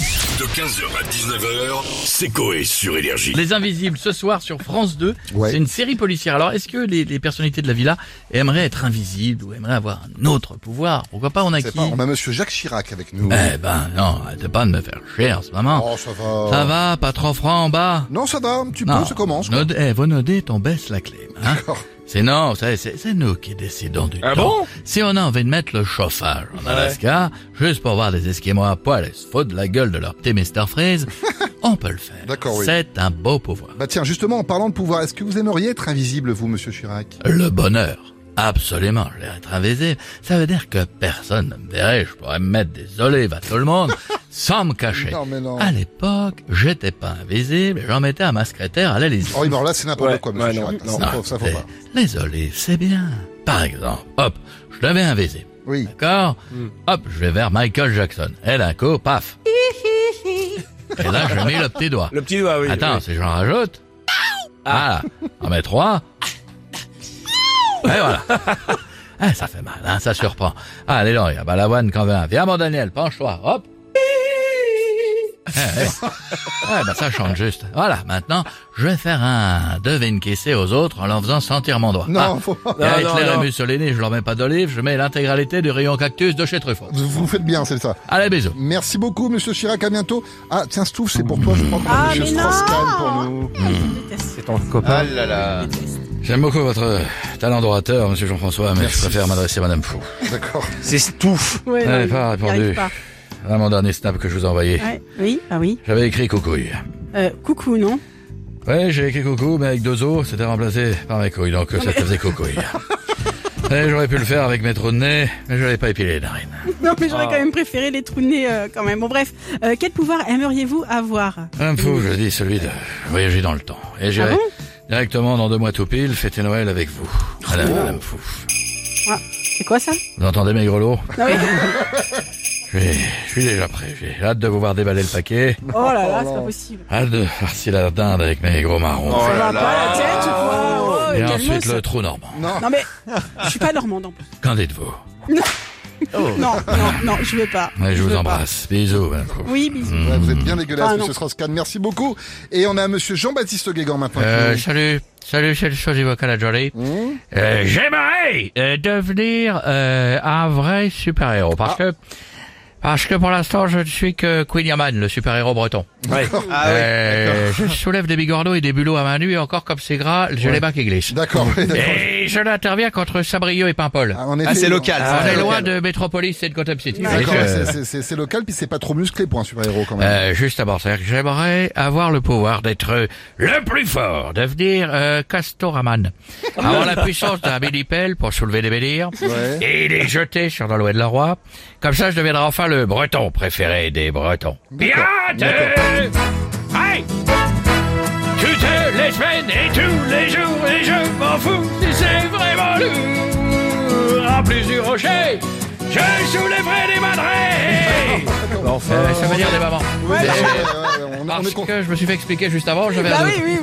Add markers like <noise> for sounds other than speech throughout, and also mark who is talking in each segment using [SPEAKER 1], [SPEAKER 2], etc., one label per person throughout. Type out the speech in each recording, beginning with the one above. [SPEAKER 1] De 15h à 19h, c'est Coé sur Énergie.
[SPEAKER 2] Les Invisibles ce soir sur France 2.
[SPEAKER 3] Ouais.
[SPEAKER 2] C'est une série policière. Alors, est-ce que les, les personnalités de la villa aimeraient être invisibles ou aimeraient avoir un autre pouvoir Pourquoi pas On a
[SPEAKER 3] C'est
[SPEAKER 2] qui
[SPEAKER 3] pas, on a Monsieur Jacques Chirac avec nous.
[SPEAKER 2] Eh ben non, arrêtez pas de me faire chier en ce moment.
[SPEAKER 3] Oh, ça va.
[SPEAKER 2] Ça va, pas trop franc en bas
[SPEAKER 3] Non, ça va, un petit
[SPEAKER 2] Non.
[SPEAKER 3] peu, ça commence. quoi.
[SPEAKER 2] Nod- eh, vous nodez, on baisse la clim. Hein
[SPEAKER 3] D'accord.
[SPEAKER 2] c'est non, c'est, c'est, c'est nous qui décidons du temps. si on a envie de mettre le chauffage en Alaska, juste pour voir des Esquimaux à poil et se foutre de la gueule de leur petit Mr.
[SPEAKER 3] <laughs>
[SPEAKER 2] Freeze, on peut le faire.
[SPEAKER 3] D'accord, oui.
[SPEAKER 2] C'est un beau pouvoir.
[SPEAKER 3] Bah tiens, justement, en parlant de pouvoir, est-ce que vous aimeriez être invisible, vous, Monsieur Chirac
[SPEAKER 2] Le bonheur. Absolument, je vais être invisible. Ça veut dire que personne ne me verrait, je pourrais me mettre des olives à tout le
[SPEAKER 3] <laughs>
[SPEAKER 2] monde, sans me cacher.
[SPEAKER 3] Non, mais non.
[SPEAKER 2] À l'époque, j'étais pas invisible, j'en mettais à ma secrétaire à l'Élysée.
[SPEAKER 3] Oh, oui, mais alors là, c'est n'importe
[SPEAKER 4] Ouais,
[SPEAKER 3] quoi, Monsieur
[SPEAKER 4] ouais, non,
[SPEAKER 3] Chirac.
[SPEAKER 4] non.
[SPEAKER 3] Ça,
[SPEAKER 2] Non,
[SPEAKER 3] faut- ça faut
[SPEAKER 2] mais
[SPEAKER 3] pas.
[SPEAKER 2] Les olives, c'est bien. Par exemple, hop, je deviens invisible.
[SPEAKER 3] Oui.
[SPEAKER 2] D'accord
[SPEAKER 3] Hmm.
[SPEAKER 2] Hop, je vais vers Michael Jackson. Et d'un coup,
[SPEAKER 3] <laughs>
[SPEAKER 2] paf. Et là, je mets le petit doigt.
[SPEAKER 4] Le petit doigt, oui.
[SPEAKER 2] Attends, si j'en rajoute. Ah, on met trois.
[SPEAKER 4] <laughs>
[SPEAKER 2] Et voilà. Ah, ça fait mal, hein, ça surprend. Ah, allez, là, il y a Balavoine quand même. Viens, mon Daniel, penche-toi. Hop. Eh, eh. Ah, ben, ça chante juste. Voilà, maintenant, je vais faire un devine qui c'est aux autres en leur faisant sentir mon doigt.
[SPEAKER 3] Non,
[SPEAKER 2] Ah.
[SPEAKER 3] faut pas.
[SPEAKER 2] Et
[SPEAKER 4] Non,
[SPEAKER 2] avec
[SPEAKER 4] non,
[SPEAKER 2] les
[SPEAKER 4] non.
[SPEAKER 2] Mussolini, je leur mets pas d'olive, je mets l'intégralité du rayon cactus de chez Truffaut.
[SPEAKER 3] Vous vous faites bien, c'est ça.
[SPEAKER 2] Allez, bisous.
[SPEAKER 3] Merci beaucoup, Monsieur Chirac. À bientôt. Ah, tiens, Stouff, c'est pour toi. Je crois qu'on a
[SPEAKER 5] Ah,
[SPEAKER 3] Monsieur
[SPEAKER 5] mais non
[SPEAKER 3] Strauss-Kahn pour nous.
[SPEAKER 4] C'est ton copain.
[SPEAKER 2] J'aime beaucoup votre talent d'orateur, monsieur Jean-François, mais
[SPEAKER 3] Merci.
[SPEAKER 2] je préfère m'adresser à madame Fou.
[SPEAKER 3] D'accord.
[SPEAKER 4] C'est Stouff.
[SPEAKER 5] Ouais,
[SPEAKER 2] Elle
[SPEAKER 5] non,
[SPEAKER 2] n'avait
[SPEAKER 5] il-
[SPEAKER 2] pas
[SPEAKER 5] il arrive
[SPEAKER 2] répondu.
[SPEAKER 5] pas.
[SPEAKER 2] À mon dernier snap que je vous ai envoyé.
[SPEAKER 5] Ouais, Oui, ah oui.
[SPEAKER 2] J'avais écrit coucouille.
[SPEAKER 5] Euh, coucou, non <laughs>
[SPEAKER 2] Ouais, j'ai écrit coucou, mais avec deux os, c'était remplacé par mes couilles, donc euh, ça faisait
[SPEAKER 5] <laughs>
[SPEAKER 2] coucouille. Et j'aurais pu le faire avec mes trous de nez, mais je l'avais pas épilé les narines.
[SPEAKER 5] Non, mais
[SPEAKER 2] Ah.
[SPEAKER 5] j'aurais quand même préféré les trous de nez euh, quand même. Bon, bref, Euh, quel pouvoir aimeriez-vous avoir
[SPEAKER 2] Madame Fou, je dis celui de voyager dans le temps. Et j'irai
[SPEAKER 5] Ah
[SPEAKER 2] directement dans deux mois tout pile fêter Noël avec vous. Madame,
[SPEAKER 5] Oh.
[SPEAKER 2] madame Fou.
[SPEAKER 5] Ah, C'est quoi ça
[SPEAKER 2] Vous entendez mes grelots
[SPEAKER 5] Ah
[SPEAKER 2] <laughs>
[SPEAKER 5] oui.
[SPEAKER 2] Je suis- je suis déjà prêt. J'ai hâte de vous voir déballer le paquet.
[SPEAKER 5] Oh là là, c'est pas possible.
[SPEAKER 2] Hâte de farcir la dinde avec mes gros marrons.
[SPEAKER 5] Ça va pas la tête ou quoi Oh,
[SPEAKER 2] Et
[SPEAKER 5] calme-toi,
[SPEAKER 2] ensuite
[SPEAKER 5] ça.
[SPEAKER 2] le trou normand.
[SPEAKER 5] Non mais, je suis pas normande en plus.
[SPEAKER 2] Qu'en dites-vous
[SPEAKER 5] Non, non, non, je veux pas.
[SPEAKER 2] Oh. Ouais, Je vous
[SPEAKER 5] veux pas.
[SPEAKER 2] embrasse. Mm. Bisous, madame Fou.
[SPEAKER 5] Oui, bisous.
[SPEAKER 3] Ouais, vous êtes bien dégueulasse,
[SPEAKER 5] Ah, non.
[SPEAKER 3] Monsieur Strauss-Kahn. Merci beaucoup. Et on a Monsieur Jean-Baptiste Guégan maintenant.
[SPEAKER 2] Euh,
[SPEAKER 3] avec nous.
[SPEAKER 2] salut, salut, c'est le show du vocal à Jolie.
[SPEAKER 3] Mmh.
[SPEAKER 2] Euh, J'aimerais euh, devenir euh, un vrai super-héros parce
[SPEAKER 3] Ah.
[SPEAKER 2] que parce que pour l'instant je ne suis que Queen Yaman, le super-héros breton.
[SPEAKER 4] Ouais. Ah,
[SPEAKER 3] Ah
[SPEAKER 2] Euh, je soulève des bigorneaux et des bulots à main nue et encore comme c'est gras, j'ai les mains qui glissent.
[SPEAKER 3] D'accord. oui, d'accord.
[SPEAKER 2] Et je l'interviens contre Sabrieux et Paimpol.
[SPEAKER 3] Ah, en effet,
[SPEAKER 4] c'est
[SPEAKER 3] non.
[SPEAKER 4] local,
[SPEAKER 3] Ah,
[SPEAKER 2] On est
[SPEAKER 3] local.
[SPEAKER 2] loin de Métropolis et de Gotham City.
[SPEAKER 3] D'accord,
[SPEAKER 2] Et je-
[SPEAKER 3] c'est- c'est- c'est c'est local, puis c'est pas trop musclé pour un super-héros quand même.
[SPEAKER 2] Euh, juste avant, c'est-à-dire que j'aimerais avoir le pouvoir d'être le plus fort, devenir euh, Castoraman, avoir la puissance d'un millipelle pour soulever des béliers
[SPEAKER 3] Ah. Ouais.
[SPEAKER 2] et les jeter sur l'Alouette de la Roi. Comme ça, je deviendrai enfin le breton préféré des bretons. Bien Hey Toutes les semaines et tous les jours, et je m'en fous si c'est vraiment lourd. En plus du rocher, je soulèverai des madrés Euh, Ça veut dire des mamans.
[SPEAKER 3] Ouais, ouais, ouais, euh, Bah, on- on
[SPEAKER 2] Parce
[SPEAKER 3] est con-
[SPEAKER 2] que je me suis fait expliquer juste avant, j'avais
[SPEAKER 5] Bah
[SPEAKER 2] un
[SPEAKER 5] oui,
[SPEAKER 2] doute.
[SPEAKER 5] oui,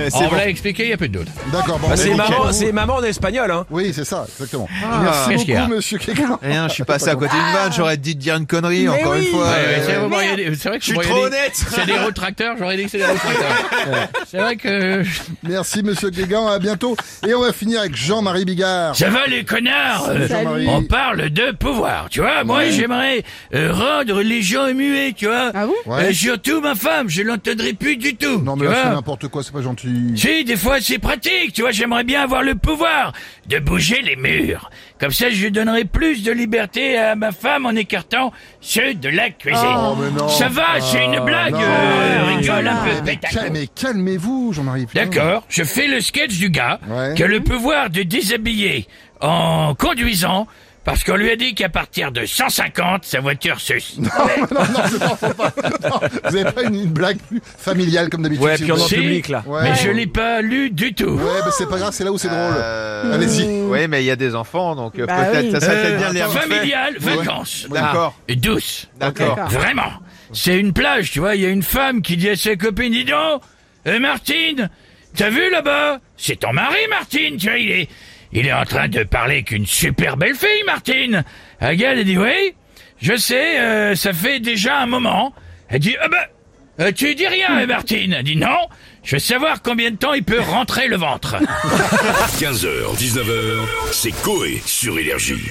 [SPEAKER 5] oui.
[SPEAKER 2] On me l'a expliqué, il n'y a plus de doute.
[SPEAKER 3] D'accord, bon,
[SPEAKER 4] Bah,
[SPEAKER 3] on est
[SPEAKER 4] c'est
[SPEAKER 3] nickel.
[SPEAKER 4] maman, c'est Ah. maman en espagnol, hein.
[SPEAKER 3] Oui, c'est ça, exactement.
[SPEAKER 2] Qu'est-ce
[SPEAKER 3] Merci
[SPEAKER 2] qu'il y a
[SPEAKER 3] beaucoup, monsieur Guégan.
[SPEAKER 6] Rien, je suis passé à côté d'une vanne, j'aurais dit de dire une connerie,
[SPEAKER 5] Mais
[SPEAKER 6] encore une
[SPEAKER 5] oui.
[SPEAKER 6] fois.
[SPEAKER 3] Bah
[SPEAKER 5] Ouais,
[SPEAKER 2] Ouais,
[SPEAKER 6] Euh,
[SPEAKER 2] ouais, c'est- vous
[SPEAKER 5] Merde.
[SPEAKER 2] m'auriez dit- c'est vrai que
[SPEAKER 4] Je
[SPEAKER 2] vous
[SPEAKER 4] suis
[SPEAKER 2] m'auriez
[SPEAKER 4] trop
[SPEAKER 2] dit-
[SPEAKER 4] honnête.
[SPEAKER 2] C'est des retracteurs, j'aurais dit que c'est des retracteurs. c'est vrai que...
[SPEAKER 3] Merci, monsieur Guégan. À bientôt. Et on va finir avec Jean-Marie Bigard.
[SPEAKER 2] Ça va les connards euh,
[SPEAKER 3] Jean-Marie.
[SPEAKER 4] Oh,
[SPEAKER 2] On parle de pouvoir, tu vois. Moi, j'aimerais euh, rendre les gens muets, tu vois.
[SPEAKER 5] Ah bon
[SPEAKER 3] Ouais.
[SPEAKER 2] Euh, surtout ma femme, je l'entendrai plus du tout.
[SPEAKER 3] Non, mais
[SPEAKER 2] tu
[SPEAKER 3] là, c'est
[SPEAKER 2] vois.
[SPEAKER 3] n'importe quoi, c'est pas gentil.
[SPEAKER 2] Si, des fois c'est pratique, tu vois, j'aimerais bien avoir le pouvoir de bouger les murs. Comme ça, je donnerai plus de liberté à ma femme en écartant ceux de la cuisine.
[SPEAKER 3] Oh, mais non. Ah,
[SPEAKER 2] Ça va, c'est une blague,
[SPEAKER 3] non.
[SPEAKER 2] euh, rigole un peu,
[SPEAKER 3] Mais,
[SPEAKER 2] pétaco.
[SPEAKER 3] cal- mais calmez-vous, Jean-Marie. putain.
[SPEAKER 2] D'accord, je fais le sketch du gars
[SPEAKER 3] Ouais.
[SPEAKER 2] qui a le pouvoir de déshabiller en conduisant parce qu'on lui a dit qu'à partir de 150, sa voiture suce.
[SPEAKER 3] Non, non, non, faut pas. Non, vous n'avez pas une, une blague plus familiale comme d'habitude.
[SPEAKER 4] Ouais,
[SPEAKER 3] si
[SPEAKER 4] puis
[SPEAKER 3] vous
[SPEAKER 4] on en
[SPEAKER 3] voulez.
[SPEAKER 2] Si.
[SPEAKER 4] public, là.
[SPEAKER 3] Ouais.
[SPEAKER 2] Mais je l'ai pas lu du tout.
[SPEAKER 3] Ouais, bah, c'est pas grave, c'est là où c'est drôle.
[SPEAKER 6] euh,
[SPEAKER 3] Allez-y.
[SPEAKER 6] Oui, mais il y a des enfants, donc euh,
[SPEAKER 5] Bah
[SPEAKER 6] peut-être,
[SPEAKER 5] oui.
[SPEAKER 6] ça serait peut-être bien de les refaire.
[SPEAKER 2] Familial, vacances.
[SPEAKER 6] D'accord.
[SPEAKER 2] Ah, et douce.
[SPEAKER 6] D'accord.
[SPEAKER 5] D'accord.
[SPEAKER 2] Vraiment. C'est une plage, tu vois. Il y a une femme qui dit à ses copines, dis donc, euh, Martine, t'as vu là-bas C'est ton mari, Martine, tu vois, il est, il est en train de parler qu'une super belle fille, Martine. La gueule, elle dit, oui, je sais, euh, ça fait déjà un moment. Elle dit, ah ben, euh, tu dis
[SPEAKER 6] Hmm.
[SPEAKER 2] rien, Martine. Elle dit, non, je veux savoir combien de temps il peut rentrer le ventre.
[SPEAKER 1] 15h, 19h, c'est Coé sur Énergie.